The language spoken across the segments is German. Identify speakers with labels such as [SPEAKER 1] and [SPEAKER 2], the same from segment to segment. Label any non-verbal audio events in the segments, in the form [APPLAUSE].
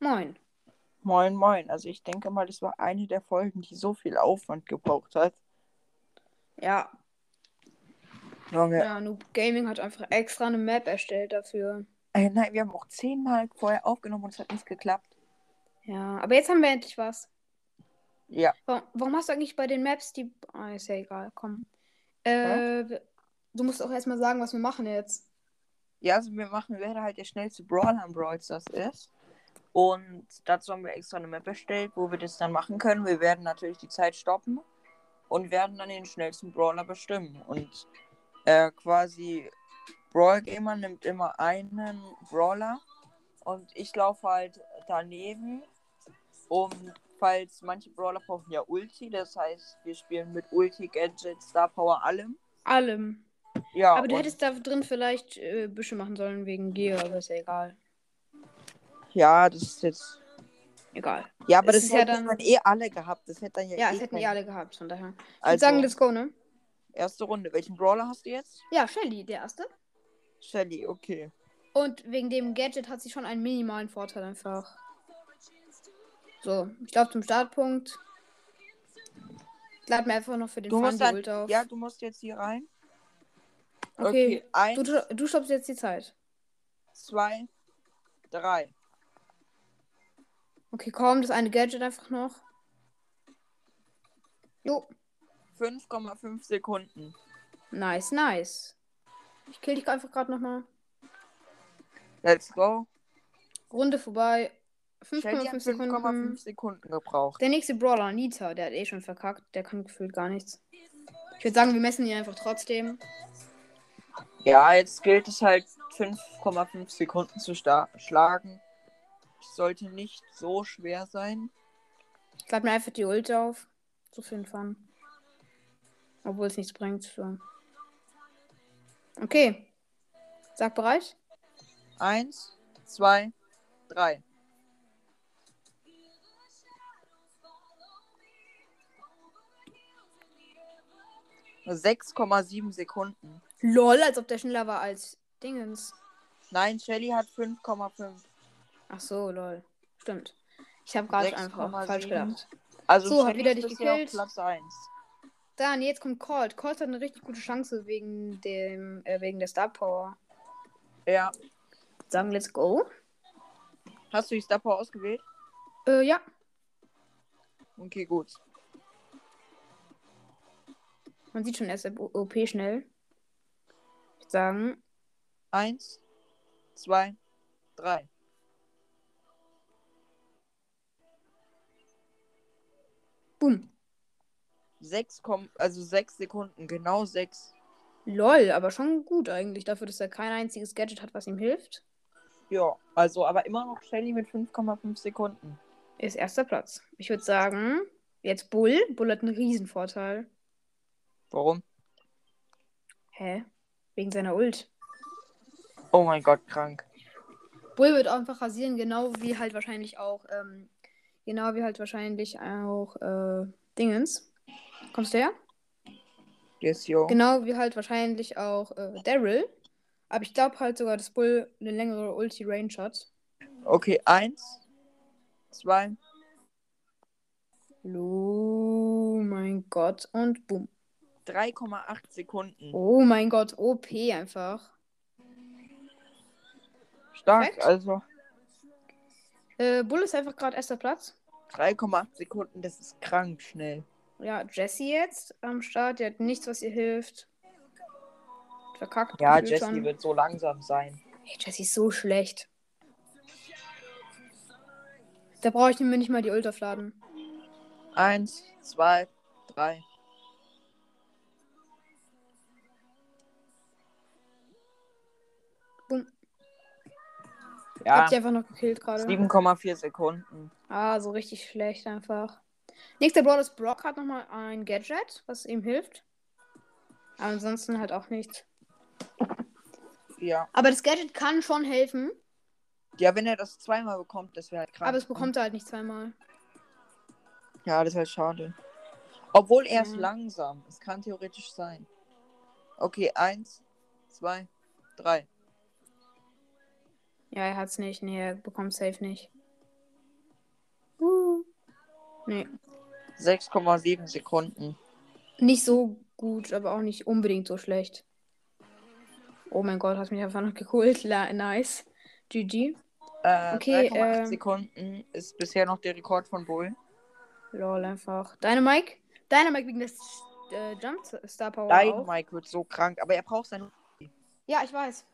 [SPEAKER 1] Moin.
[SPEAKER 2] Moin, moin. Also ich denke mal, das war eine der Folgen, die so viel Aufwand gebraucht hat.
[SPEAKER 1] Ja,
[SPEAKER 2] Junge,
[SPEAKER 1] ja, Noob Gaming hat einfach extra eine Map erstellt dafür.
[SPEAKER 2] äh, nein, wir haben auch zehnmal vorher aufgenommen und es hat nicht geklappt.
[SPEAKER 1] Ja, aber jetzt haben wir endlich was.
[SPEAKER 2] Ja.
[SPEAKER 1] Warum, warum hast du eigentlich bei den Maps die. Ah, ist ja egal, komm. Äh, wir- du musst auch erstmal sagen, was wir machen jetzt.
[SPEAKER 2] Ja, also wir machen, wer halt der schnellste Brawler am Brawl Stars ist. Und dazu haben wir extra eine Map erstellt, wo wir das dann machen können. Wir werden natürlich die Zeit stoppen und werden dann den schnellsten Brawler bestimmen. Und äh, quasi Brawl Gamer nimmt immer einen Brawler und ich laufe halt daneben. Um, falls manche Brawler brauchen ja Ulti, das heißt, wir spielen mit Ulti, Gadget, Star Power, allem.
[SPEAKER 1] Allem.
[SPEAKER 2] Ja,
[SPEAKER 1] aber du
[SPEAKER 2] und-
[SPEAKER 1] hättest da drin vielleicht äh, Büsche machen sollen wegen Gier, aber ist ja egal.
[SPEAKER 2] ja, das ist jetzt
[SPEAKER 1] Egal.
[SPEAKER 2] Ja, aber
[SPEAKER 1] Es
[SPEAKER 2] das
[SPEAKER 1] ist ja
[SPEAKER 2] hätten dann...
[SPEAKER 1] dann-
[SPEAKER 2] eh alle gehabt. Das hätte dann ja,
[SPEAKER 1] Ja,
[SPEAKER 2] eh
[SPEAKER 1] es hätten
[SPEAKER 2] keinen-
[SPEAKER 1] die alle gehabt, von daher. Ich würde
[SPEAKER 2] also,
[SPEAKER 1] sagen, let's go, ne?
[SPEAKER 2] erste Runde. Welchen Brawler hast du jetzt?
[SPEAKER 1] Ja, Shelly, der erste.
[SPEAKER 2] Shelly, okay.
[SPEAKER 1] Und wegen dem Gadget hat sie schon einen minimalen Vorteil einfach. So, ich glaube zum Startpunkt. Ich lade mir einfach noch für den
[SPEAKER 2] Du
[SPEAKER 1] Fun
[SPEAKER 2] musst halt
[SPEAKER 1] die
[SPEAKER 2] dann,
[SPEAKER 1] Ult auf.
[SPEAKER 2] ja, du musst jetzt hier rein.
[SPEAKER 1] okay.
[SPEAKER 2] eins,
[SPEAKER 1] Du, du stoppst jetzt die Zeit.
[SPEAKER 2] zwei, drei.
[SPEAKER 1] Okay, komm, das eine Gadget einfach noch. Jo,
[SPEAKER 2] 5,5 Sekunden.
[SPEAKER 1] nice, nice. Ich kill dich einfach gerade nochmal.
[SPEAKER 2] Let's go.
[SPEAKER 1] Runde vorbei.
[SPEAKER 2] Shelly hat
[SPEAKER 1] 5,5
[SPEAKER 2] 5,5
[SPEAKER 1] Sekunden.
[SPEAKER 2] Sekunden gebraucht.
[SPEAKER 1] Der nächste Brawler, Nita, der hat eh schon verkackt. Der kann gefühlt gar nichts. Ich würde sagen, wir messen ihn einfach trotzdem.
[SPEAKER 2] Ja, jetzt gilt es halt 5,5 Sekunden zu sta- schlagen. Sollte nicht so schwer sein.
[SPEAKER 1] Ich lade mir einfach die Ult auf. So für den Fun. Obwohl es nichts bringt. So. Okay. Sag bereit?
[SPEAKER 2] Eins, zwei, drei. Nur 6,7 Sekunden.
[SPEAKER 1] Lol, als ob der schneller war als Dingens.
[SPEAKER 2] Nein, Shelly hat 5,5.
[SPEAKER 1] Ach so, lol. Stimmt. Ich habe gerade einfach
[SPEAKER 2] 6,7.
[SPEAKER 1] falsch gedacht.
[SPEAKER 2] Also
[SPEAKER 1] So, hab
[SPEAKER 2] Shelly
[SPEAKER 1] wieder
[SPEAKER 2] ist
[SPEAKER 1] dich
[SPEAKER 2] bisher auf
[SPEAKER 1] gekillt.
[SPEAKER 2] Platz 1.
[SPEAKER 1] Dann, jetzt kommt Colt. Colt hat eine richtig gute Chance wegen dem, äh, wegen der Star Power.
[SPEAKER 2] Ja.
[SPEAKER 1] Sagen, let's go.
[SPEAKER 2] Hast du die Star Power ausgewählt?
[SPEAKER 1] Äh, ja.
[SPEAKER 2] Okay, gut.
[SPEAKER 1] Man sieht schon, er ist OP schnell. Ich würd sagen,
[SPEAKER 2] Eins, zwei, drei.
[SPEAKER 1] boom.
[SPEAKER 2] 6, also 6 Sekunden. Genau 6.
[SPEAKER 1] Lol, aber schon gut eigentlich, dafür, dass er kein einziges Gadget hat, was ihm hilft.
[SPEAKER 2] Ja, also aber immer noch Shelly mit 5,5 Sekunden.
[SPEAKER 1] Ist erster Platz. Ich würde sagen, jetzt Bull. Bull hat einen Riesenvorteil.
[SPEAKER 2] Warum?
[SPEAKER 1] Hä? Wegen seiner Ult.
[SPEAKER 2] Oh mein Gott, krank.
[SPEAKER 1] Bull wird einfach rasieren, genau wie halt wahrscheinlich auch, ähm, genau wie halt wahrscheinlich auch, äh, Dingens. Kommst du her?
[SPEAKER 2] Yes, yo.
[SPEAKER 1] Genau wie halt wahrscheinlich auch, äh, Daryl. Aber ich glaube halt sogar, dass Bull eine längere Ulti-Range hat.
[SPEAKER 2] Okay, eins, zwei.
[SPEAKER 1] Oh mein Gott und boom.
[SPEAKER 2] 3,8 Sekunden.
[SPEAKER 1] Oh mein Gott, OP einfach.
[SPEAKER 2] Stark,
[SPEAKER 1] perfekt.
[SPEAKER 2] also
[SPEAKER 1] Äh, Bull ist einfach gerade erster Platz.
[SPEAKER 2] 3,8 Sekunden, das ist krank schnell.
[SPEAKER 1] Ja, Jesse jetzt am Start. Der hat nichts, was ihr hilft. Verkackt.
[SPEAKER 2] Ja,
[SPEAKER 1] gefühlt
[SPEAKER 2] Jessie
[SPEAKER 1] schon.
[SPEAKER 2] wird so langsam sein.
[SPEAKER 1] Hey, Jesse ist so schlecht. Da brauche ich nämlich nicht mal die Ult aufladen.
[SPEAKER 2] Eins, zwei, drei.
[SPEAKER 1] Bumm.
[SPEAKER 2] Ja,
[SPEAKER 1] Hab ich einfach noch gekillt gerade.
[SPEAKER 2] 7,4 Sekunden.
[SPEAKER 1] Ah, so richtig schlecht einfach. Nächster Brawler ist Brock hat nochmal ein Gadget, was ihm hilft. Aber ansonsten halt auch nichts.
[SPEAKER 2] Ja,
[SPEAKER 1] Aber das Gadget kann schon helfen.
[SPEAKER 2] Ja, wenn er das zweimal bekommt, das wäre halt krass.
[SPEAKER 1] Aber es bekommt er halt nicht zweimal.
[SPEAKER 2] Ja, das ist halt schade. Obwohl er ist
[SPEAKER 1] Mhm.
[SPEAKER 2] langsam. Es kann theoretisch sein. Okay, eins, zwei, drei.
[SPEAKER 1] Ja, er hat's nicht. Nee, er bekommt safe nicht. Uh. Nee.
[SPEAKER 2] 6,7 Sekunden.
[SPEAKER 1] Nicht so gut, aber auch nicht unbedingt so schlecht. Oh mein Gott, hast mich einfach noch geholt. La nice. GG.
[SPEAKER 2] Äh,
[SPEAKER 1] Okay,
[SPEAKER 2] 3,8
[SPEAKER 1] äh,
[SPEAKER 2] Sekunden ist bisher noch der Rekord von Bull.
[SPEAKER 1] Lol, einfach. Deine Mike? Deine Mike wegen des äh, Jump Star Power.
[SPEAKER 2] Dein
[SPEAKER 1] auch.
[SPEAKER 2] Mike wird so krank, aber er braucht seine.
[SPEAKER 1] Ja, ich weiß.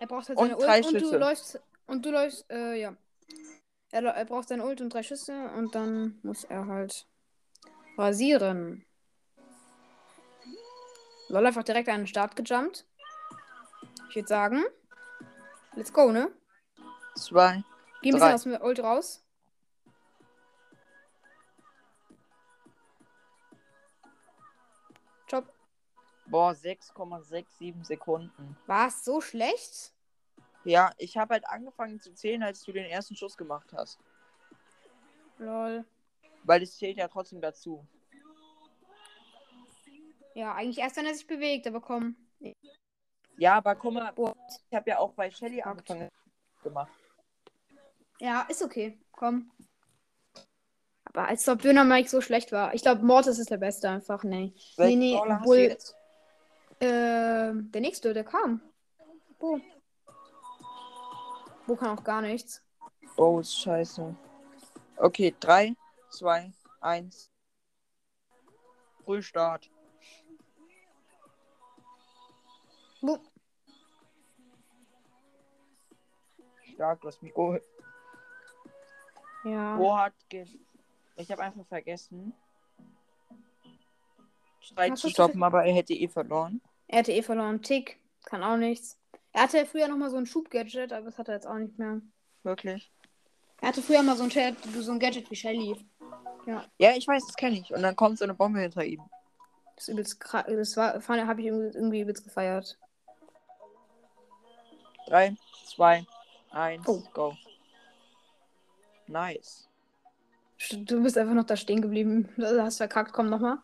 [SPEAKER 1] Er braucht halt
[SPEAKER 2] Und
[SPEAKER 1] seine
[SPEAKER 2] drei
[SPEAKER 1] Ult und du
[SPEAKER 2] Schüsse.
[SPEAKER 1] läufst und du läufst äh, ja. Er, lau- er braucht seine Ult und drei Schüsse und dann muss er halt rasieren. Lol einfach direkt an den Start gejumpt. Ich würde sagen, let's go, ne?
[SPEAKER 2] Zwei.
[SPEAKER 1] Geh ein
[SPEAKER 2] Drei.
[SPEAKER 1] bisschen aus dem Ult raus. Job.
[SPEAKER 2] Boah, 6,67 Sekunden.
[SPEAKER 1] War es so schlecht?
[SPEAKER 2] Ja, ich habe halt angefangen zu zählen, als du den ersten Schuss gemacht hast.
[SPEAKER 1] Lol.
[SPEAKER 2] Weil es zählt ja trotzdem dazu.
[SPEAKER 1] Ja, eigentlich erst, wenn er sich bewegt, aber komm.
[SPEAKER 2] Ja, aber guck mal,
[SPEAKER 1] Boah.
[SPEAKER 2] ich habe ja auch bei Shelly angefangen gemacht.
[SPEAKER 1] Ja, ist okay. Komm. Aber als ob Döner Mike so schlecht war. Ich glaube, Mortis ist der Beste einfach. Nee. Nee,
[SPEAKER 2] Welchen
[SPEAKER 1] nee,
[SPEAKER 2] Brawler hast du
[SPEAKER 1] Bull-
[SPEAKER 2] jetzt?
[SPEAKER 1] Ähm, der nächste, der kam. Bo. Bo kann auch gar nichts.
[SPEAKER 2] Oh, ist scheiße. Okay, 3, 2, 1. Frühstart.
[SPEAKER 1] Bo.
[SPEAKER 2] Stark, du hast mich geholt.
[SPEAKER 1] Ja.
[SPEAKER 2] Wo hat ge Ich habe einfach vergessen. Streit
[SPEAKER 1] Hast
[SPEAKER 2] zu
[SPEAKER 1] du's
[SPEAKER 2] stoppen, aber er hätte eh verloren.
[SPEAKER 1] Er hatte eh verloren. Tick. Kann auch nichts. Er hatte früher noch mal so ein Schub-Gadget, aber das hat er jetzt auch nicht mehr.
[SPEAKER 2] Wirklich.
[SPEAKER 1] Er hatte früher mal so ein, Chat, so ein Gadget wie Shelly.
[SPEAKER 2] Ja, ich weiß, das kenne ich. Und dann kommt so eine Bombe hinter ihm.
[SPEAKER 1] Das ist übelst krass. Das war, habe ich irgendwie irgendwie übelst gefeiert.
[SPEAKER 2] 3, 2, 1,
[SPEAKER 1] Oh.
[SPEAKER 2] go. Nice.
[SPEAKER 1] Du bist einfach noch da stehen geblieben. Du hast verkackt, komm nochmal.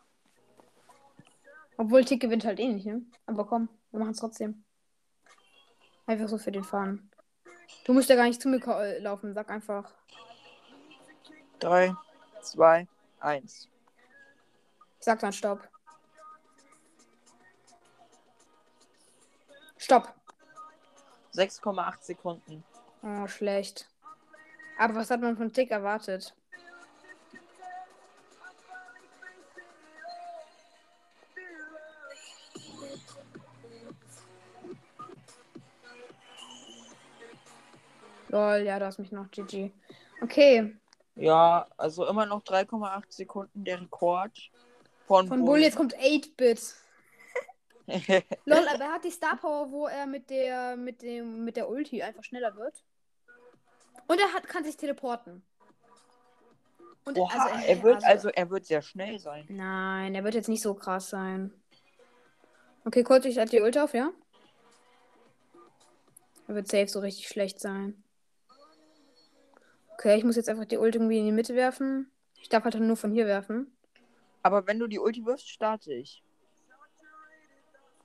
[SPEAKER 1] Obwohl Tick gewinnt halt eh nicht, ne? Aber komm, wir machen es trotzdem. Einfach so für den Fahren. Du musst ja gar nicht zu mir ko- äh, laufen, sag einfach.
[SPEAKER 2] 3, 2, 1.
[SPEAKER 1] Ich sag dann Stopp. Stopp.
[SPEAKER 2] 6,8 Sekunden.
[SPEAKER 1] Oh, schlecht. Aber was hat man von Tick erwartet? Lol, ja, du hast mich noch, GG. Okay,
[SPEAKER 2] Ja, also immer noch 3,8 Sekunden der Rekord von,
[SPEAKER 1] von Bull, jetzt kommt
[SPEAKER 2] [LAUGHS]
[SPEAKER 1] 8-Bit. Lol, aber er hat die Star Power, wo er mit der, mit dem, mit der Ulti einfach schneller wird. Und er hat, kann sich teleporten. Und
[SPEAKER 2] Oha,
[SPEAKER 1] also,
[SPEAKER 2] er wird also er wird sehr schnell sein.
[SPEAKER 1] Nein, er wird jetzt nicht so krass sein. Okay, kurz, ich hatte die Ult auf, ja? Er wird safe so richtig schlecht sein. Okay, ich muss jetzt einfach die Ult irgendwie in die Mitte werfen. Ich darf halt nur von hier werfen.
[SPEAKER 2] Aber wenn du die Ulti wirfst, starte ich.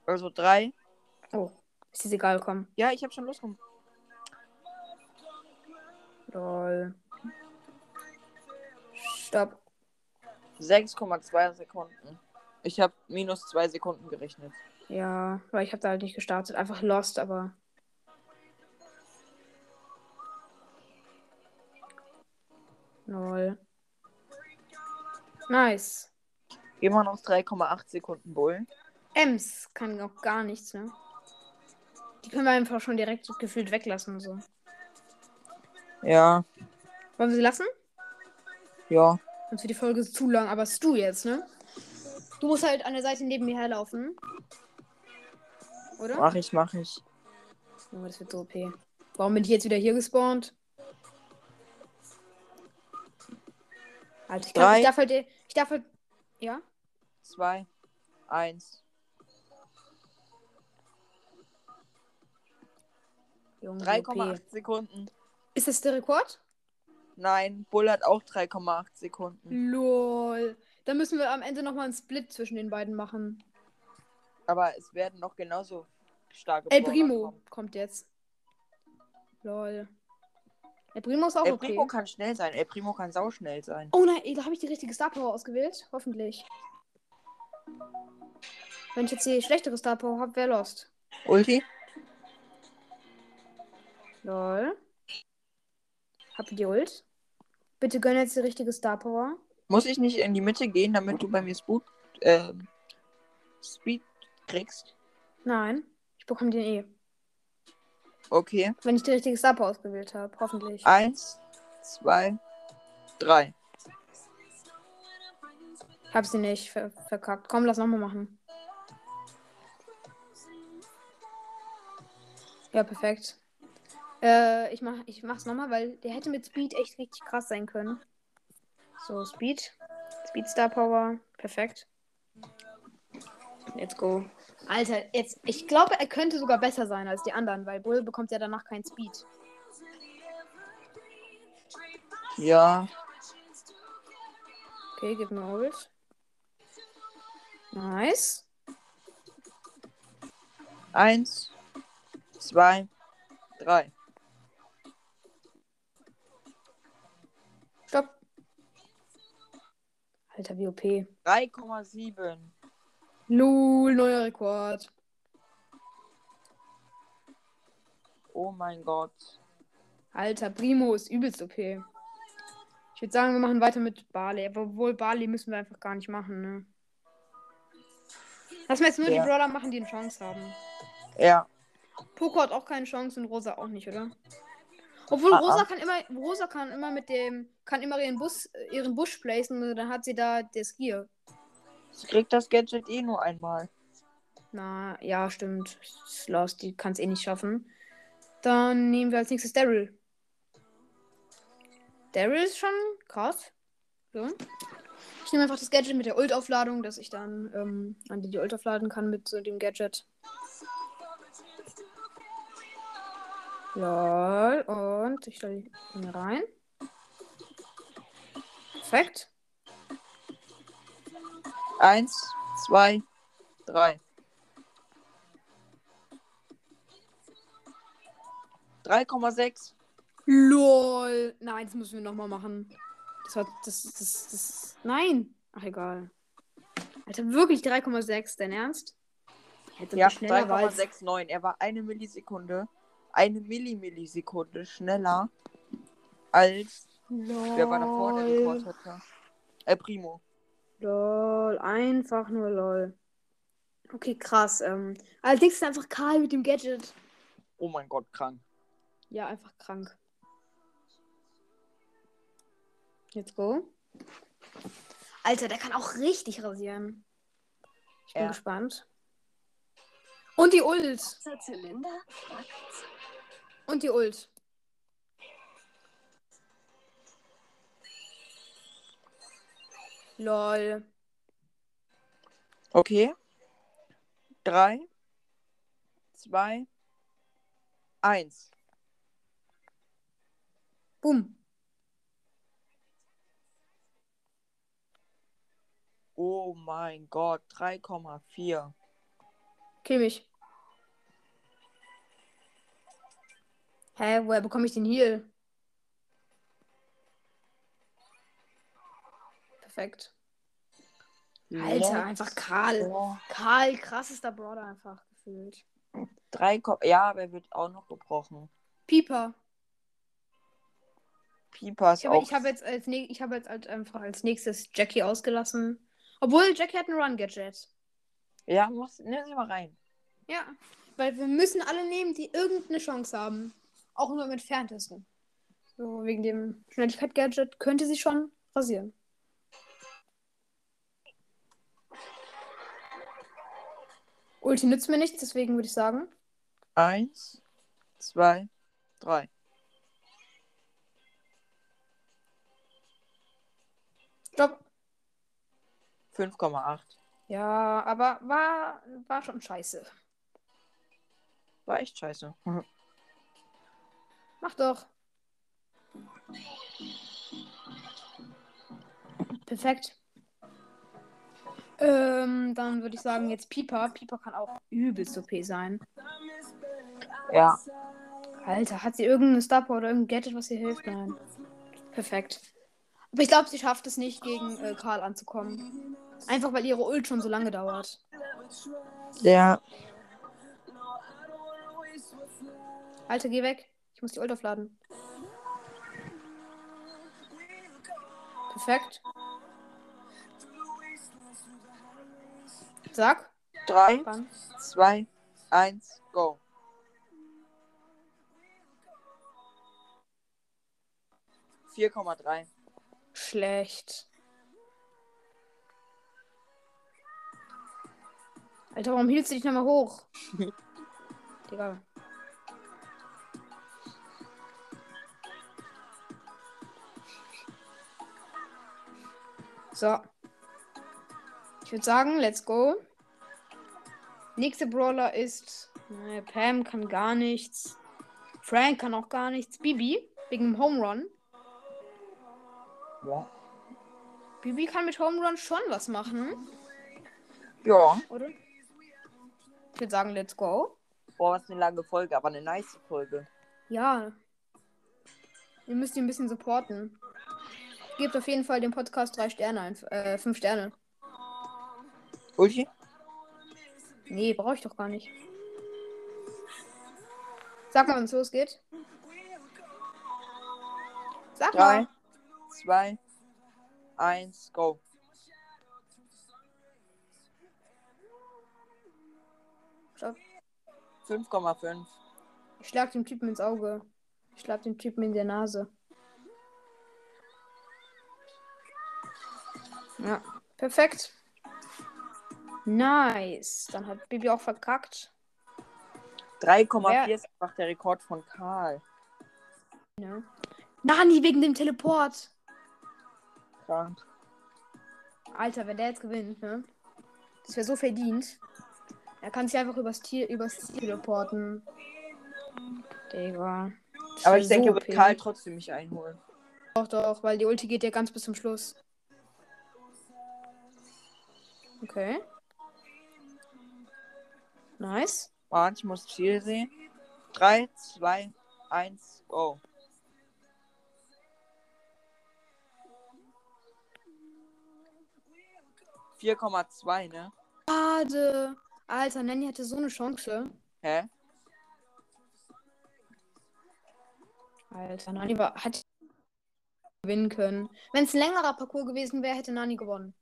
[SPEAKER 2] Also 3.
[SPEAKER 1] Oh, ist es egal, komm.
[SPEAKER 2] Ja, ich habe schon losgekommen.
[SPEAKER 1] Lol. Stopp.
[SPEAKER 2] 6,2 Sekunden. Ich habe minus 2 Sekunden gerechnet.
[SPEAKER 1] Ja, weil ich habe da halt nicht gestartet. Einfach lost, aber. Lol. Nice.
[SPEAKER 2] Immer noch 3,8 Sekunden Bull.
[SPEAKER 1] Ems kann auch gar nichts, ne? Die können wir einfach schon direkt gefühlt weglassen. So.
[SPEAKER 2] Ja,
[SPEAKER 1] Wollen wir sie lassen?
[SPEAKER 2] ja.
[SPEAKER 1] Sonst wird die Folge zu lang, aber es ist du jetzt, ne? Du musst halt an der Seite neben mir herlaufen. Oder?
[SPEAKER 2] Mach ich, mach ich.
[SPEAKER 1] Junge, Oh, das wird so OP. Warum bin ich jetzt wieder hier gespawnt? Alter, ich, kann,
[SPEAKER 2] Drei.
[SPEAKER 1] ich darf halt. Ich darf halt. Ja?
[SPEAKER 2] 2, 1,
[SPEAKER 1] Junge, OP.
[SPEAKER 2] 3,8 Sekunden.
[SPEAKER 1] Ist das der Rekord?
[SPEAKER 2] Nein, Bull hat auch 3,8 Sekunden.
[SPEAKER 1] Lol. Dann müssen wir am Ende nochmal einen Split zwischen den beiden machen.
[SPEAKER 2] Aber es werden noch genauso starke
[SPEAKER 1] El
[SPEAKER 2] Brawler
[SPEAKER 1] Primo
[SPEAKER 2] kommen.
[SPEAKER 1] kommt jetzt. Lol. El Primo ist auch
[SPEAKER 2] El
[SPEAKER 1] okay.
[SPEAKER 2] Primo kann schnell sein. El Primo kann sauschnell sein.
[SPEAKER 1] Oh nein, ey, da habe ich die richtige Star Power ausgewählt. Hoffentlich. Wenn ich jetzt die schlechtere Star Power habe, wäre Lost.
[SPEAKER 2] Ulti?
[SPEAKER 1] Lol. Hab die Ult. Bitte gönn jetzt die richtige Star Power.
[SPEAKER 2] Muss ich nicht in die Mitte gehen, damit du bei mir Spood, ähm, Speed kriegst?
[SPEAKER 1] Nein, ich bekomme den eh.
[SPEAKER 2] Okay.
[SPEAKER 1] Wenn ich die richtige Star Power ausgewählt habe, hoffentlich.
[SPEAKER 2] Eins, zwei, drei.
[SPEAKER 1] Hab sie nicht ver verkackt. Komm, lass nochmal machen. Ja, perfekt. Äh, ich, mach, ich mach's nochmal, weil der hätte mit Speed echt richtig krass sein können. So, Speed. Speed Star Power. Perfekt. Let's go. Alter, jetzt, ich glaube, er könnte sogar besser sein als die anderen, weil Bull bekommt ja danach keinen Speed.
[SPEAKER 2] Ja.
[SPEAKER 1] Okay, gib mir Ult. Nice.
[SPEAKER 2] Eins, zwei, drei.
[SPEAKER 1] Stopp. Alter, wie OP.
[SPEAKER 2] 3,7.
[SPEAKER 1] Lul, neuer Rekord.
[SPEAKER 2] Oh mein Gott.
[SPEAKER 1] Alter, Primo ist übelst OP. Ich würde sagen, wir machen weiter mit Barley. Obwohl, Barley müssen wir einfach gar nicht machen, ne? Lass mal jetzt nur
[SPEAKER 2] Ja.
[SPEAKER 1] die Brawler machen, die eine Chance haben.
[SPEAKER 2] Ja.
[SPEAKER 1] Poco hat auch keine Chance und Rosa auch nicht, oder? Obwohl
[SPEAKER 2] Ah,
[SPEAKER 1] Rosa
[SPEAKER 2] ah.
[SPEAKER 1] kann immer, Rosa kann immer mit dem, kann immer ihren Bus, ihren Busch placen und dann hat sie da das hier.
[SPEAKER 2] Sie kriegt das Gadget eh nur einmal.
[SPEAKER 1] Na, ja, stimmt. Ist Lost, die kann es eh nicht schaffen. Dann nehmen wir als nächstes Daryl. Daryl ist schon krass. So. Ich nehme einfach das Gadget mit der Ult-Aufladung, dass ich dann ähm, an die, die Ult aufladen kann mit so dem Gadget. Lol, und ich stelle ihn rein. Perfekt.
[SPEAKER 2] Eins, zwei, drei. 3,6.
[SPEAKER 1] LOL. Nein, das müssen wir nochmal machen. Das war. Das, das, das. Nein. Ach, egal. Alter, wirklich 3,6. Dein Ernst? Hätte
[SPEAKER 2] Ja,
[SPEAKER 1] ja, schneller war als-
[SPEAKER 2] 3,69. Er war eine Millisekunde, eine Millimillisekunde schneller als
[SPEAKER 1] LOL.
[SPEAKER 2] wer war da vorne der Rekord hatte. El Primo.
[SPEAKER 1] LOL. Einfach nur LOL. Okay, krass. Ähm, als nächstes einfach Karl mit dem Gadget.
[SPEAKER 2] Oh mein Gott, krank.
[SPEAKER 1] Ja, einfach krank. Let's go. Alter, der kann auch richtig rasieren. Ich bin
[SPEAKER 2] Ja.
[SPEAKER 1] gespannt. Und die Ult.
[SPEAKER 3] Dieser Zylinder packt
[SPEAKER 1] Und die Ult. Lol.
[SPEAKER 2] Okay. Drei, zwei, eins.
[SPEAKER 1] Boom.
[SPEAKER 2] Oh mein Gott, 3,4.
[SPEAKER 1] Kill mich. Hä, woher bekomme ich den Heal? Perfekt. Alter, einfach Karl.
[SPEAKER 2] Oh,
[SPEAKER 1] Karl, krassester Brawler einfach gefühlt.
[SPEAKER 2] Drei Ko ja, aber er wird auch noch gebrochen.
[SPEAKER 1] Pieper.
[SPEAKER 2] Pieper
[SPEAKER 1] Ich
[SPEAKER 2] ist
[SPEAKER 1] habe
[SPEAKER 2] auch.
[SPEAKER 1] ich habe jetzt, als, nä- ich habe jetzt als, einfach als nächstes Jackie ausgelassen. Obwohl, Jackie hat ein Run-Gadget.
[SPEAKER 2] Ja, muss, nimm sie mal rein.
[SPEAKER 1] Ja, weil wir müssen alle nehmen, die irgendeine Chance haben. Auch nur im entferntesten. So, wegen dem Schnelligkeit-Gadget könnte sie schon rasieren. Ulti nützt mir nichts, deswegen würde ich sagen.
[SPEAKER 2] Eins, zwei, drei.
[SPEAKER 1] Stopp.
[SPEAKER 2] 5,8.
[SPEAKER 1] Ja, aber war, war schon scheiße.
[SPEAKER 2] War echt scheiße.
[SPEAKER 1] Mach doch. Perfekt. Ähm, dann würde ich sagen, jetzt Pieper. Pieper kann auch übelst OP sein.
[SPEAKER 2] [LAUGHS] Ja.
[SPEAKER 1] Alter, hat sie irgendeine Star Power oder irgendein Gadget, was ihr hilft? Nein. Perfekt. Aber ich glaube, sie schafft es nicht, gegen äh, Karl anzukommen. Einfach weil ihre Ult schon so lange dauert.
[SPEAKER 2] Ja.
[SPEAKER 1] Alter, geh weg. Ich muss die Ult aufladen. Perfekt. Sag.
[SPEAKER 2] 3,
[SPEAKER 1] Bam.
[SPEAKER 2] 2, 1, go. Vier Komma drei.
[SPEAKER 1] Schlecht. Alter, warum hielst du dich nochmal hoch? Digga. So. Ich würde sagen, let's go. Nächster Brawler ist. Äh, Pam kann gar nichts. Frank kann auch gar nichts. Bibi, wegen dem Home Run.
[SPEAKER 2] Ja.
[SPEAKER 1] Bibi kann mit Home Run schon was machen,
[SPEAKER 2] Ja.
[SPEAKER 1] oder? Ich würde sagen, let's go.
[SPEAKER 2] Boah, was eine lange Folge, aber eine nice Folge.
[SPEAKER 1] Ja. Ihr müsst ihn ein bisschen supporten. Gebt auf jeden Fall dem Podcast drei Sterne, ein, äh, fünf Sterne.
[SPEAKER 2] Ulti?
[SPEAKER 1] Nee, brauche ich doch gar nicht. Sag mal, wenn es losgeht. Sag
[SPEAKER 2] Drei,
[SPEAKER 1] mal.
[SPEAKER 2] zwei, eins, go.
[SPEAKER 1] Stopp.
[SPEAKER 2] 5,5.
[SPEAKER 1] Ich schlag dem Typen ins Auge. Ich schlag dem Typen in der Nase. Ja, perfekt. Nice. Dann hat Bibi auch verkackt.
[SPEAKER 2] 3,4
[SPEAKER 1] Wer-
[SPEAKER 2] ist einfach der Rekord von Karl.
[SPEAKER 1] Ja. Nani wegen dem Teleport.
[SPEAKER 2] Krank.
[SPEAKER 1] Alter, wenn der jetzt gewinnt, ne? Das wäre so verdient. Er kann sich einfach übers Tier, übers Ziel teleporten. Digga. Das
[SPEAKER 2] Aber
[SPEAKER 1] wär
[SPEAKER 2] ich denke,
[SPEAKER 1] so
[SPEAKER 2] wird
[SPEAKER 1] OP.
[SPEAKER 2] Karl trotzdem mich einholen.
[SPEAKER 1] Doch, doch, weil die Ulti geht ja ganz bis zum Schluss. Okay. Nice.
[SPEAKER 2] Warte, ich muss Ziel sehen. 3, 2, 1, go. Vier Komma zwei, ne?
[SPEAKER 1] Schade. Alter, Nanny hatte so eine Chance.
[SPEAKER 2] Hä?
[SPEAKER 1] Alter, Nani war, hat gewinnen können. Wenn es ein längerer Parcours gewesen wäre, hätte Nani gewonnen.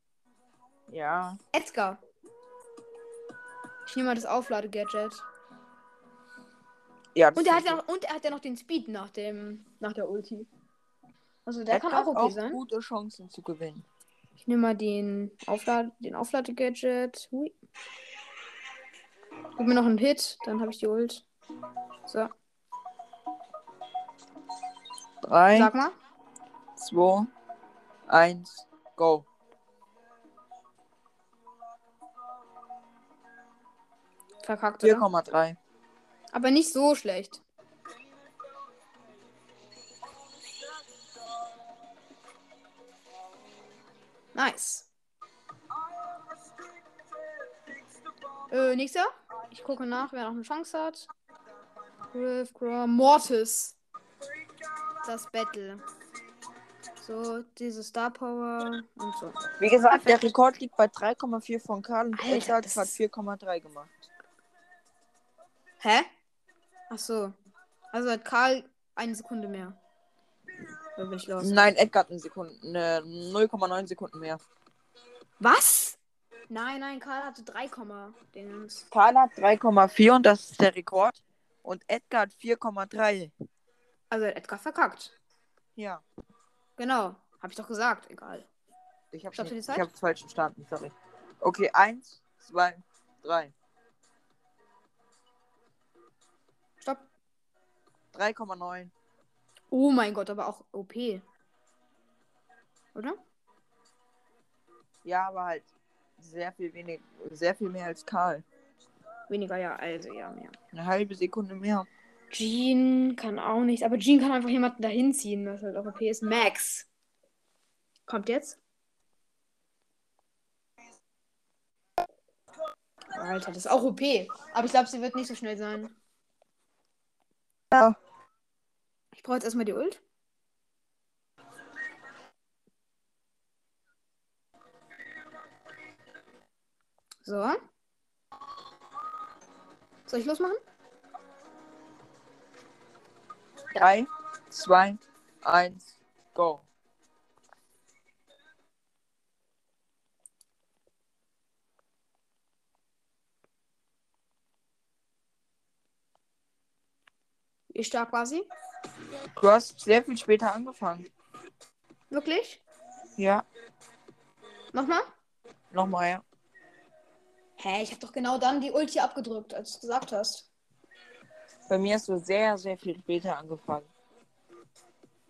[SPEAKER 2] Ja.
[SPEAKER 1] Edgar. Ich nehme mal das Auflade-Gadget.
[SPEAKER 2] Ja. das
[SPEAKER 1] Und er hat
[SPEAKER 2] ist
[SPEAKER 1] ja noch, und er hat ja noch den Speed nach dem, nach der Ulti. Also der kann
[SPEAKER 2] hat
[SPEAKER 1] auch okay sein.
[SPEAKER 2] gute Chancen zu gewinnen.
[SPEAKER 1] Ich nehme mal den, Auflad den Aufladegadget. Hui. Gib mir noch einen Hit, dann habe ich die Ult. So,
[SPEAKER 2] Drei,
[SPEAKER 1] sag mal.
[SPEAKER 2] zwei, eins, go.
[SPEAKER 1] Verkackt, oder?
[SPEAKER 2] 4,3.
[SPEAKER 1] Aber nicht so schlecht. Nice. Äh, nächster. Ich gucke nach, wer noch eine Chance hat. Griff, Grom- Mortis. Das Battle. So, diese Star Power und so.
[SPEAKER 2] Wie gesagt, der Rekord liegt bei 3,4 von Karl und
[SPEAKER 1] Alter,
[SPEAKER 2] Edgar hat
[SPEAKER 1] das-
[SPEAKER 2] 4,3 gemacht.
[SPEAKER 1] Hä? Ach so. Also hat Karl eine Sekunde mehr. Da bin ich los.
[SPEAKER 2] Nein, Edgar hat eine Sekunde, eine 0,9 Sekunden mehr.
[SPEAKER 1] Was? Nein, nein, Karl hatte 3, Komma Dingens.
[SPEAKER 2] Karl hat 3,4 und das ist der Rekord. Und Edgar hat 4,3.
[SPEAKER 1] Also hat Edgar verkackt.
[SPEAKER 2] Ja.
[SPEAKER 1] Genau. Hab ich doch gesagt. Egal.
[SPEAKER 2] Ich habe
[SPEAKER 1] Stoppst du die
[SPEAKER 2] es
[SPEAKER 1] Zeit?
[SPEAKER 2] falsch verstanden, sorry. Okay, 1, 2, 3.
[SPEAKER 1] Stopp.
[SPEAKER 2] 3,9.
[SPEAKER 1] Oh mein Gott, aber auch OP. Oder?
[SPEAKER 2] Ja, aber halt sehr viel wenig, sehr viel mehr als Karl.
[SPEAKER 1] Weniger, ja. Also, ja, mehr.
[SPEAKER 2] Eine halbe Sekunde mehr.
[SPEAKER 1] Jean kann auch nichts. Aber Jean kann einfach jemanden dahin ziehen, was halt auch okay ist. Max. Kommt jetzt? Alter, das ist auch OP. Aber ich glaube, sie wird nicht so schnell sein.
[SPEAKER 2] Ja.
[SPEAKER 1] Ich brauche jetzt erstmal die Ult. So. Soll ich losmachen?
[SPEAKER 2] 3, 2, 1, go.
[SPEAKER 1] Wie stark war sie?
[SPEAKER 2] Du hast sehr viel später angefangen.
[SPEAKER 1] Wirklich?
[SPEAKER 2] Ja,
[SPEAKER 1] Nochmal?
[SPEAKER 2] nochmal, ja.
[SPEAKER 1] Hä, ich habe doch genau dann die Ulti abgedrückt, als du es gesagt hast.
[SPEAKER 2] Bei mir hast du sehr, sehr viel später angefangen.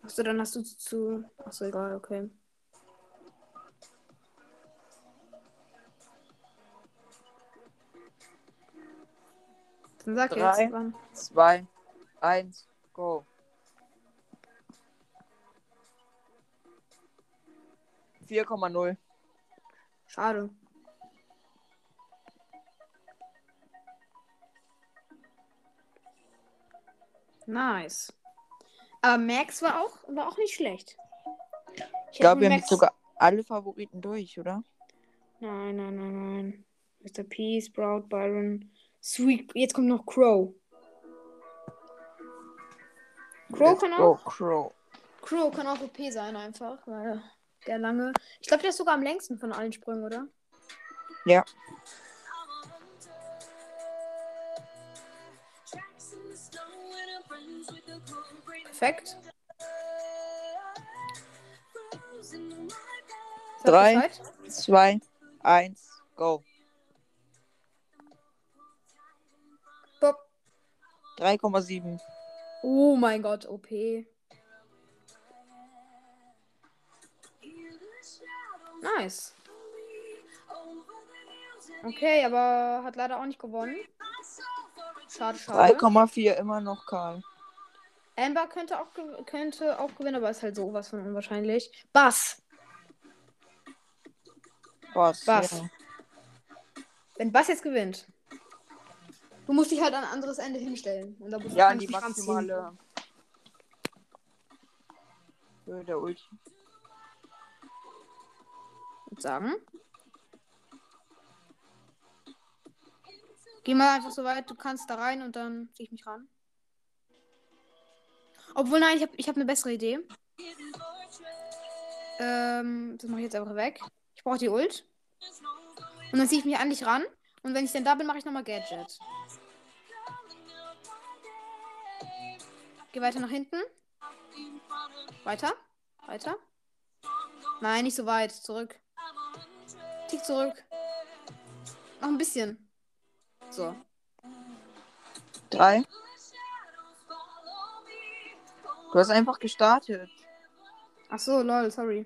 [SPEAKER 1] Achso, dann hast du zu- zu. Achso, egal, okay. Dann sag
[SPEAKER 2] Drei.
[SPEAKER 1] jetzt. Wann.
[SPEAKER 2] 2, 1, go. Vier Komma null.
[SPEAKER 1] Schade. Nice. Aber Max war auch, war auch nicht schlecht.
[SPEAKER 2] Ich
[SPEAKER 1] hätte
[SPEAKER 2] glaube,
[SPEAKER 1] mir
[SPEAKER 2] wir haben sogar alle Favoriten durch, oder?
[SPEAKER 1] Nein, nein, nein, nein. Mr. P, Sprout, Byron, Sweet. Jetzt kommt noch Crow. Crow
[SPEAKER 2] Let's
[SPEAKER 1] kann
[SPEAKER 2] go,
[SPEAKER 1] auch.
[SPEAKER 2] Crow.
[SPEAKER 1] Crow kann auch OP sein einfach, weil der lange. Ich glaube, der ist sogar am längsten von allen Sprüngen, oder?
[SPEAKER 2] Ja.
[SPEAKER 1] Perfekt. Sag
[SPEAKER 2] Drei.
[SPEAKER 1] Bescheid.
[SPEAKER 2] 2, 1, go.
[SPEAKER 1] Bob.
[SPEAKER 2] 3,7.
[SPEAKER 1] Oh mein Gott, OP. Nice. Okay, aber hat leider auch nicht gewonnen. Schade, schade.
[SPEAKER 2] 3,4 immer noch Karl.
[SPEAKER 1] Amber könnte auch, gew- könnte auch gewinnen, aber ist halt sowas von unwahrscheinlich. Bass.
[SPEAKER 2] Was?
[SPEAKER 1] Was?
[SPEAKER 2] Ja.
[SPEAKER 1] Wenn Bass jetzt gewinnt. Du musst dich halt an ein anderes Ende hinstellen. Und da musst
[SPEAKER 2] ja,
[SPEAKER 1] kannst
[SPEAKER 2] die
[SPEAKER 1] dich ranziehen.
[SPEAKER 2] maximale. Höhe Äh, der Ulti.
[SPEAKER 1] Würd sagen. Geh mal einfach so weit, du kannst da rein und dann zieh ich mich ran. Obwohl, nein, ich habe ich hab eine bessere Idee. Ähm, das mache ich jetzt einfach weg. Ich brauche die Ult. Und dann ziehe ich mich an dich ran. Und wenn ich dann da bin, mache ich nochmal Gadget. Geh weiter nach hinten. Weiter. Weiter. Nein, nicht so weit. Zurück. Tick zurück. Noch ein bisschen. So.
[SPEAKER 2] 3. Du hast einfach gestartet.
[SPEAKER 1] Ach so, lol, sorry.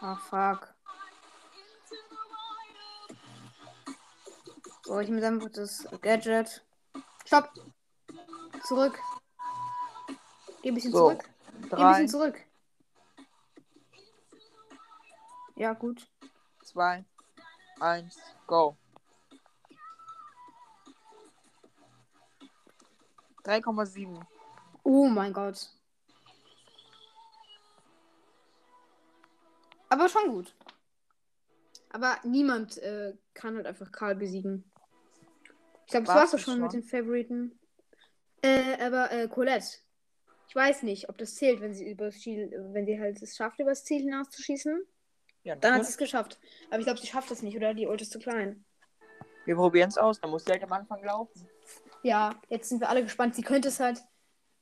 [SPEAKER 1] Ah, fuck. So, ich nehme einfach das Gadget. Stopp. Zurück. Geh ein bisschen
[SPEAKER 2] So,
[SPEAKER 1] zurück. Geh ein
[SPEAKER 2] 3,
[SPEAKER 1] bisschen zurück. Ja, gut.
[SPEAKER 2] 2, 1, go. 3,7.
[SPEAKER 1] Oh mein Gott. Aber schon gut. Aber niemand äh, kann halt einfach Karl besiegen. Ich glaube, das
[SPEAKER 2] War's
[SPEAKER 1] war's doch
[SPEAKER 2] das
[SPEAKER 1] schon mit
[SPEAKER 2] schon?
[SPEAKER 1] den Favoriten. Äh, aber äh, Colette. Ich weiß nicht, ob das zählt, wenn sie übers Ziel, wenn sie halt es schafft, übers Ziel hinauszuschießen. Dann
[SPEAKER 2] Ja,
[SPEAKER 1] hat
[SPEAKER 2] natürlich.
[SPEAKER 1] sie es geschafft. Aber ich glaube, sie schafft es nicht, oder? Die Ult ist zu klein.
[SPEAKER 2] wir probieren es aus. Da musst du halt am Anfang laufen.
[SPEAKER 1] Ja, jetzt sind wir alle gespannt. Sie könnte es halt.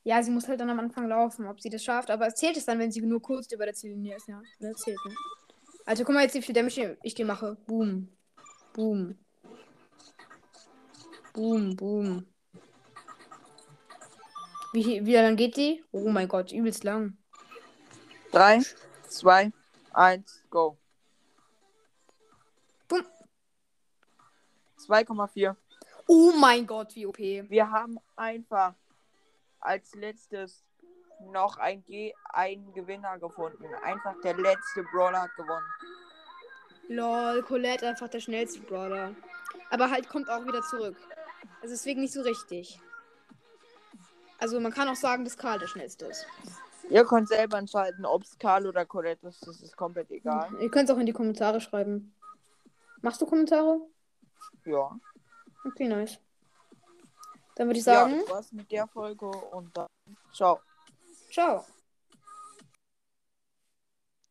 [SPEAKER 1] Ja, sie muss halt dann am Anfang laufen, ob sie das schafft. Aber es zählt es dann, wenn sie nur kurz über der Ziellinie ist, ja. Das zählt nicht. Also guck mal jetzt, wie viel Damage ich dir mache. Boom. Boom. Boom, boom. Wie, wie lang geht die? Oh mein Gott, übelst lang.
[SPEAKER 2] 3, 2, 1, go.
[SPEAKER 1] Bumm.
[SPEAKER 2] 2,4.
[SPEAKER 1] Oh mein Gott, wie OP.
[SPEAKER 2] Wir haben einfach als letztes noch ein G einen Gewinner gefunden. Einfach der letzte Brawler hat gewonnen.
[SPEAKER 1] Lol, Colette einfach der schnellste Brawler. Aber halt kommt auch wieder zurück. Also deswegen nicht so richtig. Also man kann auch sagen, dass Karl der schnellste ist.
[SPEAKER 2] Ihr könnt selber entscheiden, ob es Karl oder Colette ist. Das ist komplett egal.
[SPEAKER 1] Ihr könnt es auch in die Kommentare schreiben. Machst du Kommentare?
[SPEAKER 2] Ja.
[SPEAKER 1] Okay, nice. Dann würde ich
[SPEAKER 2] Ja,
[SPEAKER 1] sagen,
[SPEAKER 2] das war's mit der Folge und dann. Ciao.
[SPEAKER 1] ciao.